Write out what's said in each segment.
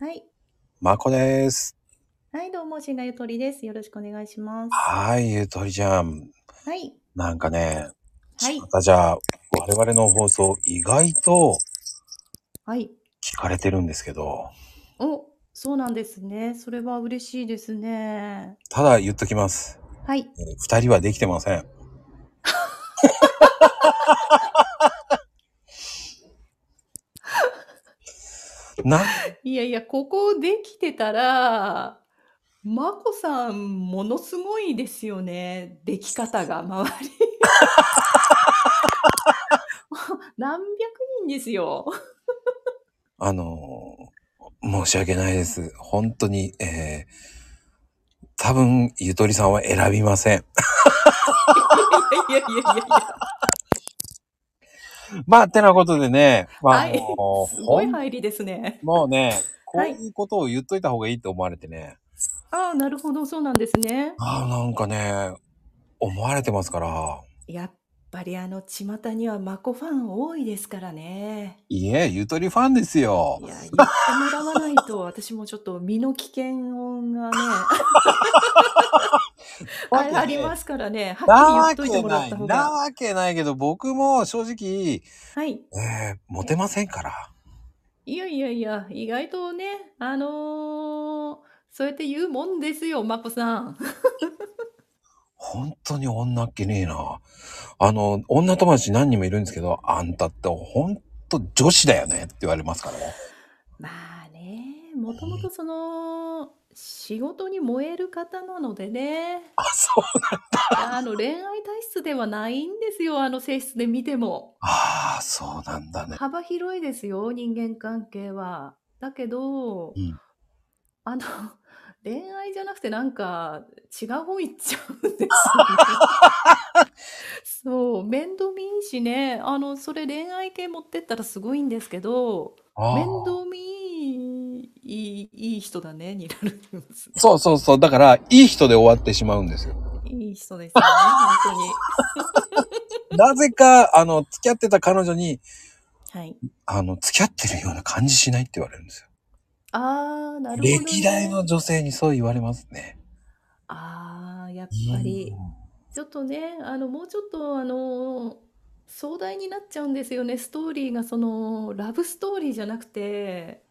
はい。まこです。はい、どうも、しんがゆとりです。よろしくお願いします。はい、ゆうとりちゃん。はい。なんかね、はい。またじゃあ、我々の放送、意外とはい。聞かれてるんですけど、お、そうなんですね。それは嬉しいですね。ただ言っときます。はい。えー二人はできてません。 な、いやいや、ここできてたら、まこさん、ものすごいですよね。でき方が周り。 何百人ですよ。あのー申し訳ないです。本当に、えー、多分、ゆとりさんは選びません。いやいやいやいやいや。まあ、てなことでね、まあ、はあのい。すーごいほん入りですね。もうね、こ はうい。いうことを言っといた方がいいって思われてね、ああ、なるほど、そうなんですね。ああ、なんかね、思われてますから、やっぱりあの、巷にはマコファン多いですからね。いえ、ゆとりファンですよ。いや、言ってもらわないと、 私もちょっと身の危険が ね、わあけありまねすからね、はっきなり言っといてわけもらなっい、た方なが。わけないけど、僕も正直、はい。えー、モテませんから。いやいやいや、意外とね、あのーそうやって言うもんですよ、まこさん。 本当に女っ気ねえな。あの、女友達何人もいるんですけど、あんたって本当女子だよねって言われますからね。まあね、もともとその、仕事に燃える方なのでね、あ、そうな。あの、恋愛体質ではないんですよ、あの性質で見ても。ああ、そうなんだね。幅広いですよ、人間関係は。だけど、うん。あの、恋愛じゃなくてなんか違う方行っちゃうん ですよね。そう、面倒見いいしね、あの、それ恋愛系持ってったらすごいんですけど、面ああ。倒見いい、いい、いい人だね、になるんですね。そうそうそう。だから、いい人で終わってしまうんですよ。いい人ですよね、本当に。なぜか、あの、付き合ってた彼女に、はい。あの、付き合ってるような感じしないって言われるんですよ。ああ、なるほど歴代のね。女性にそう言われますね。ああ、やっうぱん。り。ちょっとね、あの、もうちょっと、あの、壮大になっちゃうんですよね、ストーリーが、その、ラブストーリーじゃなくて、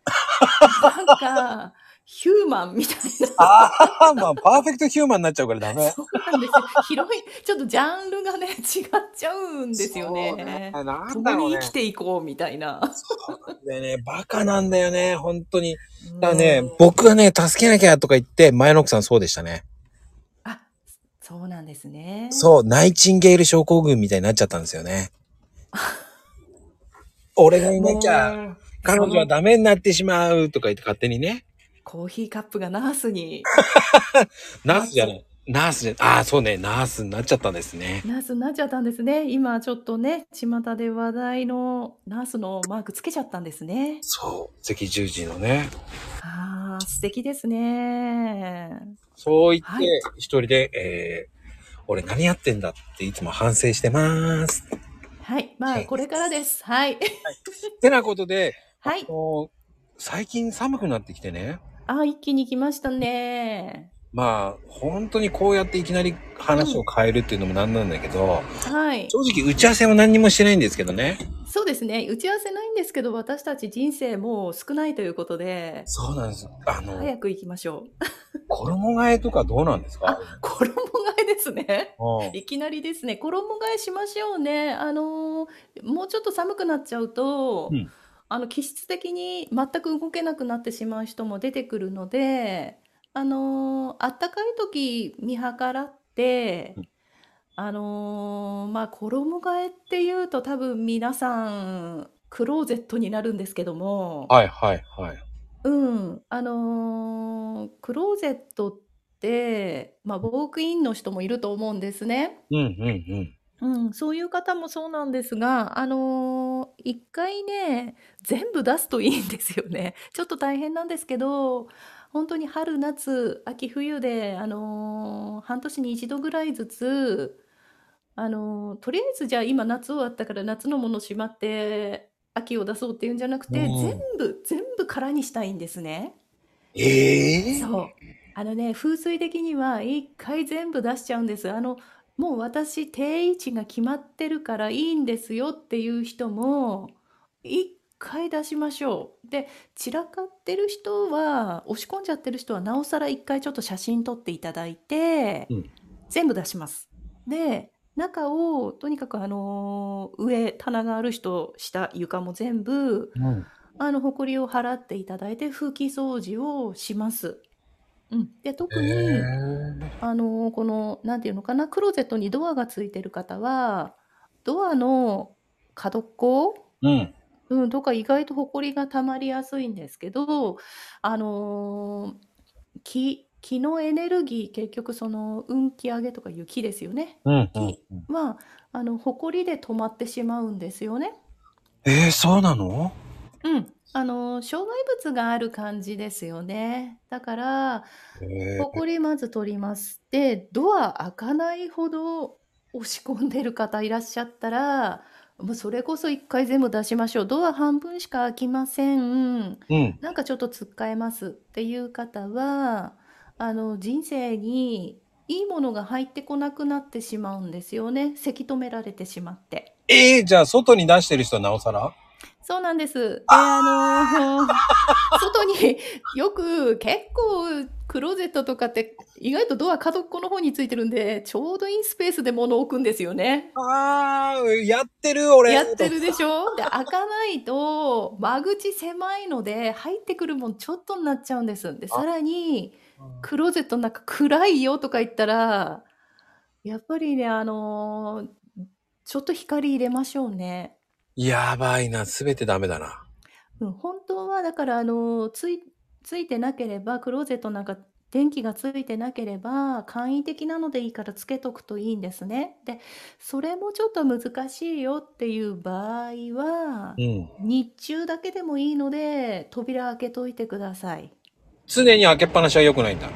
なんか、ヒューマンみたいな。ああ、まあ、パーフェクトヒューマンになっちゃうからダメ。そうなんですよ。広い、ちょっとジャンルがね、違っちゃうんですよそうね。ね。なんだ共ろうにね。生きていこうみたいな。でね、バカなんだよね、本当に。うだからね、ん。僕がね、助けなきゃとか言って、前の奥さんそうでしたね。あ、そうなんですね。そう、ナイチンゲール症候群みたいになっちゃったんです よね。俺がいなきゃ、もう、彼そ女はのダメになってしまうとか言って勝手にね。コーヒーカップがナースに、ナナーースじゃス、ない。ナースじゃ、ああ、そうね、ナースになっちゃったんですね。ナースになっちゃったんですね。今ちょっとね、巷で話題のナースのマークつけちゃったんですね。そう、赤十字のね。ああ、素敵ですね。そう言っはい。て、一人で、えー、俺何やってんだっていつも反省してます。はい。まはあ、い。これからです。はい。 てなことで、あはい。の最近寒くなってきてね。ああ、一気に来ましたね。まあ、本当にこうやっていきなりう話をん。変えるっていうのもなんなんだけど、はい。正直打ち合わせも何にもしてないんですけどね。そうですね。打ち合わせないんですけど、私たち人生もう少ないということで、そうなんです。あの、早く行きましょう。 衣替えとかどうなんですかあ、衣替えですね。うん。いきなりですね。衣替えしましょうね。あのーもうちょっと寒くなっちゃううと、ん。あの、気質的に全く動けなくなってしまう人も出てくるので、あのーあったかい時見計らって、あのーまあ、衣替えっていうと多分皆さん、クローゼットになるんですけども、はいはいはい。うん、あのークローゼットって、まあ、ウォークインの人もいると思うんですね。うんうんうん。うん、そういう方もそうなんですが、あのー一回ね、全部出すといいんですよね。 ちょっと大変なんですけど、本当に春、夏、秋、冬で、あのー半年に一度ぐらいずつ、あのーとりあえずじゃあ今夏終わったから夏のものしまって秋を出そうっていうんじゃなくてう全ん。部全部空にしたいんですね。ええそう。あのね、風水的には一回全部出しちゃうんです。あの、もう私定位置が決まってるからいいんですよっていう人も一回出しましょう。で、散らかってる人は、押し込んじゃってる人はなおさら一回ちょっと写真撮っていただいて、うん。全部出します。で、中をとにかくあのー上棚がある人、下床も全部うん。あの埃を払っていただいて拭き掃除をします。うん、で特にええあのこのなんていうのかなクローゼットにドアがついてる方はドアの角っこ、うん。うん、とか意外と埃がたまりやすいんですけどあの気気のエネルギー結局その運気上げとかいう気ですよねうんうん。気はあの埃で止まってしまうんですよね。ええそうなのうん、あの障害物がある感じですよね。だからええ埃まず取ります。で、ドア開かないほど押し込んでる方いらっしゃったら、もうそれこそ一回全部出しましょう。ドア半分しか開きません。うん。なんかちょっとつっかえますっていう方は、あの人生にいいものが入ってこなくなってしまうんですよね。せき止められてしまって。ええじゃあ、外に出してる人はなおさらそうなんです。で、ああの 外によく結構クローゼットとかって意外とドア角っこの方についてるんで、ちょうどいいスペースで物を置くんですよね。あー、やってる、俺。やってるでしょで、開かないと間口狭いので入ってくるもんちょっとになっちゃうんです。で、あさらにうんクローゼットの中暗いよとか言ったら、やっぱりね、あのちょっと光入れましょうね。やばいな、すべてダメだな。うん、本当はだからあのつい、ついてなければクローゼットなんか電気がついてなければ簡易的なのでいいからつけとくといいんですね。で、それもちょっと難しいよっていう場合はうん。日中だけでもいいので扉開けといてください。常に開けっぱなしは良くないんだ。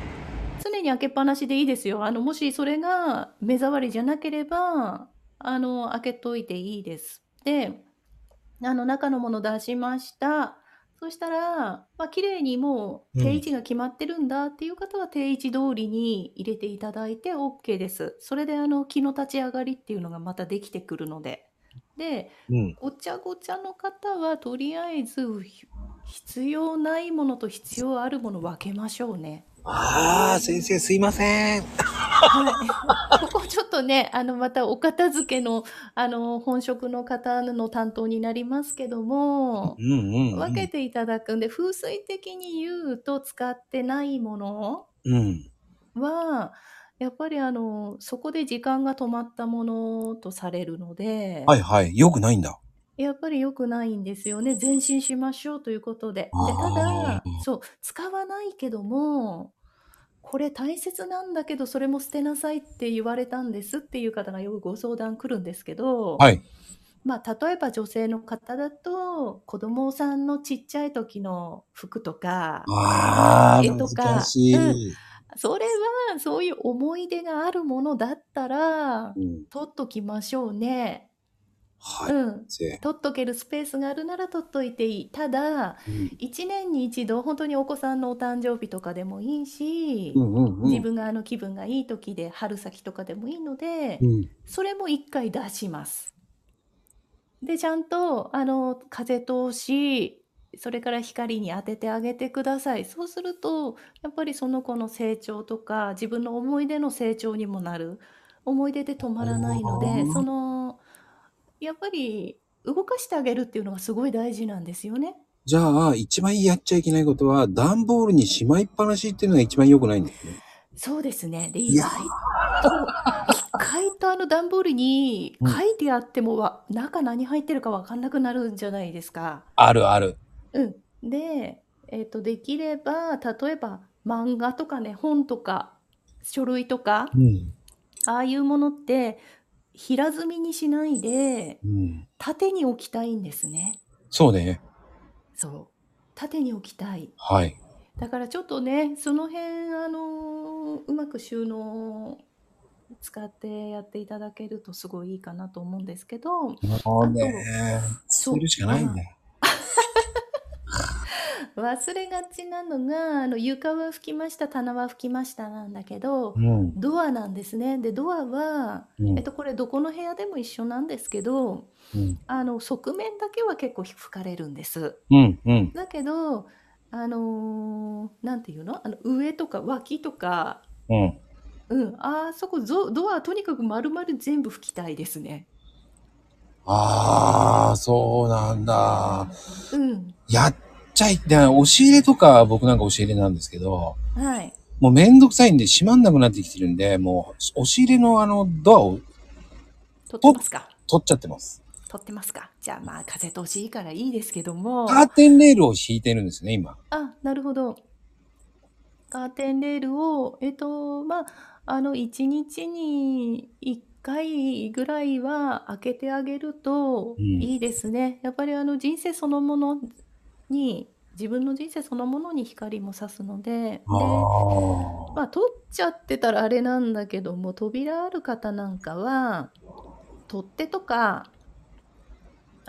常に開けっぱなしでいいですよ。あのもしそれが目障りじゃなければあの開けといていいです。で、あの中のもの出しました。そしたら、まあ綺麗にもうう定位ん。置が決まってるんだっていう方は定位置通りに入れていただいて OK です。それであの気の立ち上がりっていうのがまたできてくるので。で、うん。ごちゃごちゃの方はとりあえずひ必要ないものと必要あるもの分けましょうね。ああ、先生すいません。はい。ここちょっとね、あの、またお片付けの、あの、本職の方の担当になりますけども、うんう分けんていただくんで、風水的に言うと使ってないものうん。うん。は、やっぱりあの、そこで時間が止まったものとされるのはいで、はい。良くないんだ。やっぱり良くないんですよね。前進しましょうということで。で、たあだ、あ。そう、使わないけども、これ大切なんだけど、それも捨てなさいって言われたんですっていう方がよくご相談来るんですけど、はい。まあ、例えば女性の方だと、子供さんのちっちゃい時の服とか、ああ、絵と難か、しうん、い。それはそういう思い出があるものだったら、うん。取っときましょうね。はい。うん。先取っとけるスペースがあるなら取っといていい。ただ、生。うん。 1年に一度、本当にお子さんのお誕生日とかでもいいうし、んうんう自ん。分があの気分がいい時で、春先とかでもいいのうで、ん。それも1回出します。で、ちゃんと、あの、風通し、それから光に当ててあげてください。そうすると、やっぱりその子の成長とか、自分の思い出の成長にもなる。思い出で止まらないので、そああ。の、やっぱり動かしてあげるっていうのがすごい大事なんですよね。じゃあ、一番やっちゃいけないことは、段ボールにしまいっぱなしっていうのが一番良くないんですね。そうですね。で、い意や外と、意外とあの段ボールにうん。書いてあってもわ、中何入ってるかわかんなくなるんじゃないですか。あるある。うん。で、えっと、できれば、例えば漫画とかね、本とか、書類とか、うん。ああいうものって、平積みにしないで、うん。縦に置きたいんですね。そうね。そう。縦に置きたい。はい。だからちょっとね、その辺、あのーうまく収納使ってやっていただけるとすごいいいかなと思うんですけど、もうあと、ね、捨てそるしかう、ないんあ、だよ。忘れがちなのが、あの、床は拭きました、棚は拭きましたなんだけど、うん、ドアなんですね。で、ドアは、うえっん、と、これどこの部屋でも一緒なんですけど、うん、あの、側面だけは結構拭かれるんです。うん、うん。だけど、あのーなんていうのあの、上とか脇とか、うんうん、あーそこぞ、ドアとにかく丸々全部拭きたいですね。ああ、そうなんだ。うん、やっちゃいけない。押し入れとか、僕なんか押し入れなんですけど、はい。もうめんどくさいんで閉まんなくなってきてるんで、もう押し入れのあのドアを取ってとますか取っちゃってます。取ってますかじゃあまあ、風通しいいからいいですけども、カーテンレールを敷いてるんですね、今。あ、なるほど。カーテンレールを、えっと、まあ、あの、1日に1回ぐらいは開けてあげるとうん。いいですね。やっぱりあの人生そのものに、自分の人生そのものに光も差すので、あで、あ。まあ、取っちゃってたらあれなんだけども、扉ある方なんかは、取っ手とか、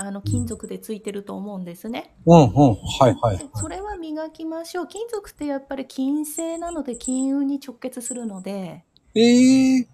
あの、う金ん、属でついてると思うんですね。うん、うん。はい、はい、で、はそい。れは磨きましょう。金属ってやっぱり金製なので金運に直結するので、ええー。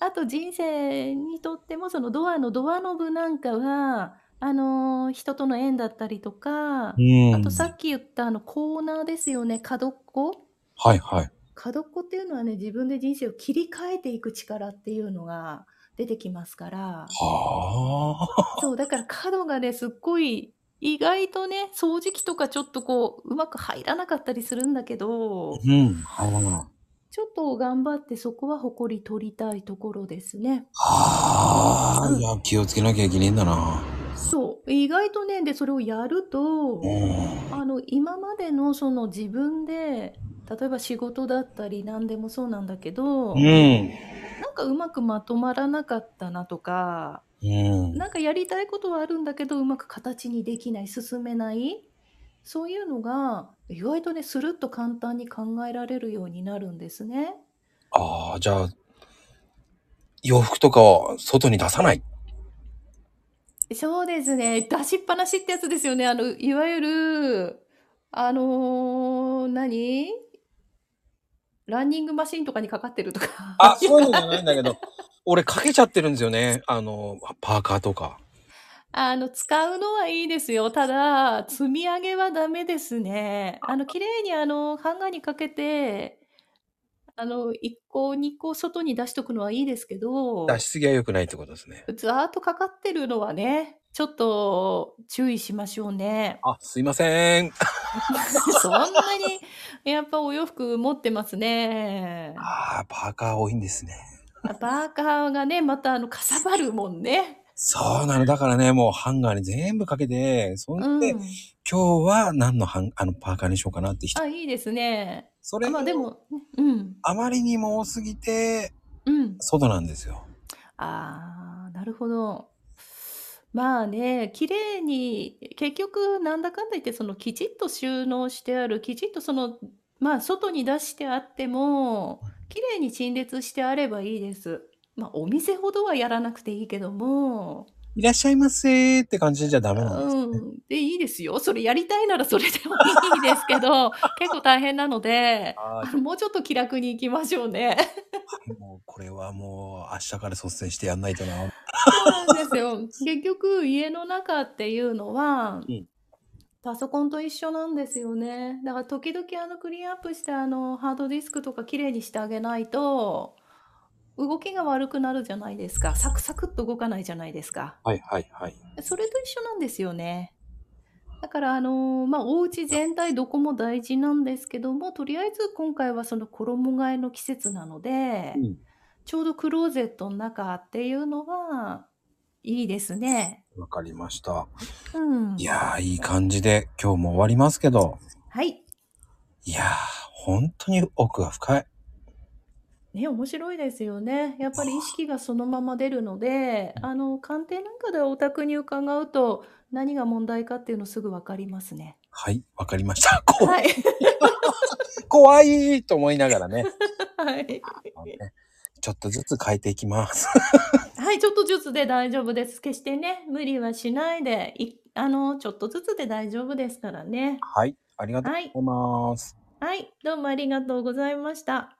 あと人生にとってもそのドアのドアノブなんかは、あのー人との縁だったりとうか、あとさん。っき言ったあのコーナーですよね、角っこ。はい、はい。角っこっていうのはね、自分で人生を切り替えていく力っていうのが出てきますから、はそう、だから角がね、すっごい、意外とね、掃除機とかちょっとこう、うまく入らなかったりするんだけあ。ど、うん、入らない。ちょっと頑張ってそこは誇り取りたいところですね。はあ。ういん。や、気をつけなきゃいけねえんだな。そう。意外とね、で、それをやるうと、ん。あの、今までのその自分で、例えば仕事だったり何でもそうなんだけうど、ん。なんかうまくまとまらなかったなとか、うん。なんかやりたいことはあるんだけどうまく形にできない進めないそういうのが意外とねスルッと簡単に考えられるようになるんですね。ああ、じゃあ、洋服とかを外に出さない。そうですね出しっぱなしってやつですよねあのいわゆるあのー何ランニングマシンとかにかかってるとかあ、よそういくうのあじゃないんだるけど、俺かけちゃってるんですよね。あの、パーカーとか。あの、使うのはいいですよ。ただ、積み上げはダメですね。あの、綺麗にあの、ハンガーにかけて、あの、1個、2個外に出しとくのはいいですけ出ど、しすぎは良くないってことですね。ずーっとかかってるのはね、ちょっと注意しましょう ね。あ、すいません。そんなに、やっぱお洋服持ってますね。ああ、パーカー多いんですね。あバーカーがね、またあの、かさばるもんね。そうなの。だからね、もうハンガーに全部かけて、そんうで、ん。今日は何のハン、あの、パーカーにしようかなって人。あ、いいですね。そあ、れまあでも、も、ねうん、あまりにも多すぎて、うん。外なんですよ。ああ、なるほど。まあね、綺麗に、結局、なんだかんだ言って、そのきちっと収納してある、きちっとその、まあ、外に出してあっても、綺麗に陳列してあればいいです。まあ、お店ほどはやらなくていいけども、いらっしゃいませーって感じじゃダメなんですうね。ん、で、いいですよ。それやりたいならそれでもいいですけど、 結構大変なので、ああの、もうちょっと気楽に行きましょうね。あ、もうこれはもう明日から率先してやんないとな。うそうなんですよ。結局、家の中っていうのは、ん。パソコンと一緒なんですよね。だから時々あのクリーンアップしてあのハードディスクとか綺麗にしてあげないと動きが悪くなるじゃないですか。サクサクっと動かないじゃないですか。はいはいはい。それと一緒なんですよね。だからあのーまあお家全体どこも大事なんですけども、とりあえず今回はその衣替えの季節なのうで、ん。ちょうどクローゼットの中っていうのはいいですね。わかりました。うん。いやー、いい感じで今日も終わりますけど、はい。いやー、本当に奥が深い。ね、面白いですよね。やっぱり意識がそのまま出るので、あの、鑑定なんかでお宅に伺うと何が問題かっていうのすぐわかりますね。はい、わかりました。 こはい。 怖いと思いながらね、はい。 あのねちょっとずつ変えていきます。はい、ちょっとずつで大丈夫です。決してね、無理はしないで、いあの、ちょっとずつで大丈夫ですからね。はい、ありがとはい。うございます。はい、どうもありがとうございました。